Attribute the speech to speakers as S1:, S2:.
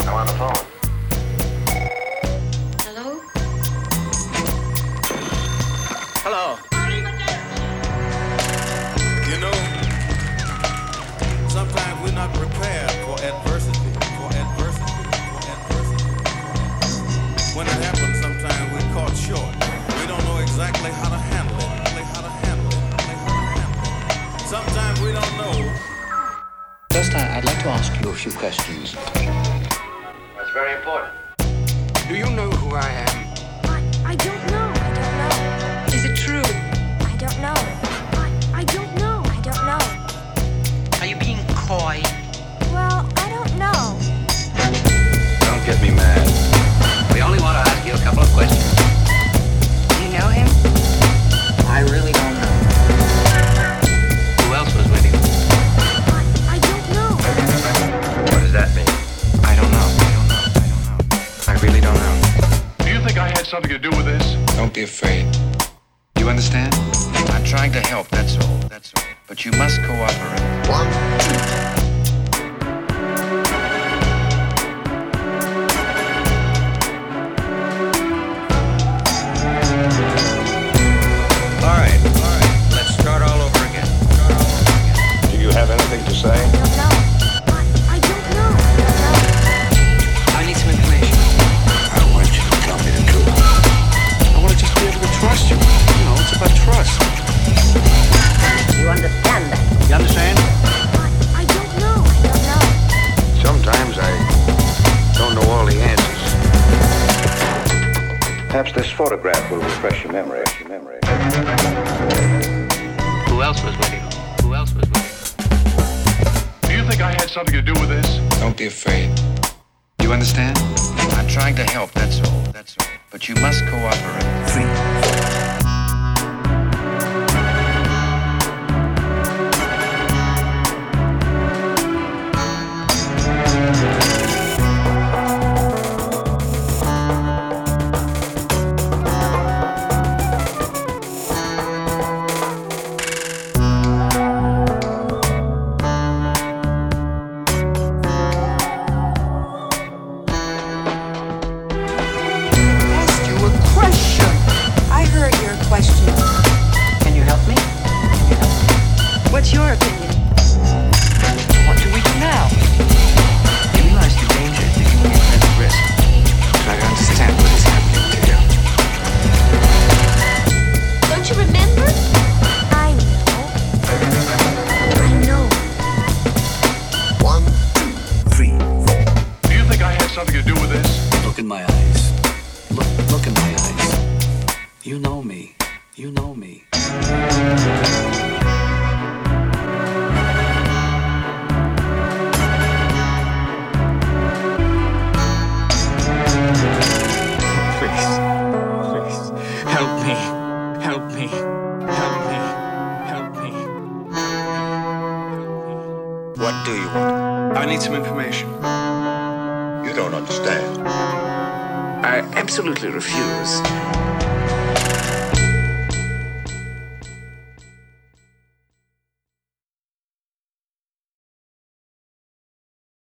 S1: Now on the phone.
S2: Hello?
S3: Hello. You know, sometimes we're not prepared for adversity, for adversity, for adversity. When it happens, sometimes we're caught short. We don't know exactly how to handle it, like how to handle it, like how to handle it. Sometimes we don't know.
S4: First, I- I'd like to ask you a few questions.
S1: That's very important.
S4: Do you know who I am?
S5: I I don't know. I don't know.
S2: Is it true?
S5: I don't know. I I don't know. I don't know.
S2: Are you being coy?
S5: Well, I don't know.
S1: Don't get me mad.
S4: We only want to ask you a couple of questions.
S2: You know him?
S4: I really don't know. Who else was with you?
S5: I I don't know.
S4: What does that mean? I don't know. I don't know. I don't know. I really don't know.
S6: Do you think I had something to do with this?
S4: Don't be afraid. You understand? I'm trying to help, that's all. That's all. But you must cooperate.
S3: All right, all right, let's start all over again. Start all over again.
S1: Do you have anything to say?
S5: I don't know. I I don't know. I don't know.
S4: I need some information.
S7: I want you to tell me the truth. I want to just be able to trust you. You know, it's about trust.
S2: You understand that?
S7: You understand?
S5: I I don't know. I don't know.
S1: Sometimes I don't know all the answers. Perhaps this photograph will refresh your memory. Your memory.
S4: Who else was with you? Who else was with
S6: Do you think I had something to do with this?
S4: you? Don't be afraid. You understand? I'm trying to help, that's all. That's all. But you must cooperate. Three.
S8: asked you a question. I heard your question.
S2: Can you help me? Can you help me? What's your opinion? What do we do now?
S4: You realize the danger that you can at risk.
S7: Try to understand what is happening to you.
S5: Don't you remember? I know. I know.
S7: One, two, three, four.
S6: Do you think I had something to do with this?
S7: Look in my eyes. Look, look in my eyes. You know me. You know me. Please, please, help me, help me, help me, help me.
S3: What do you want? I need some information.
S7: I absolutely refuse.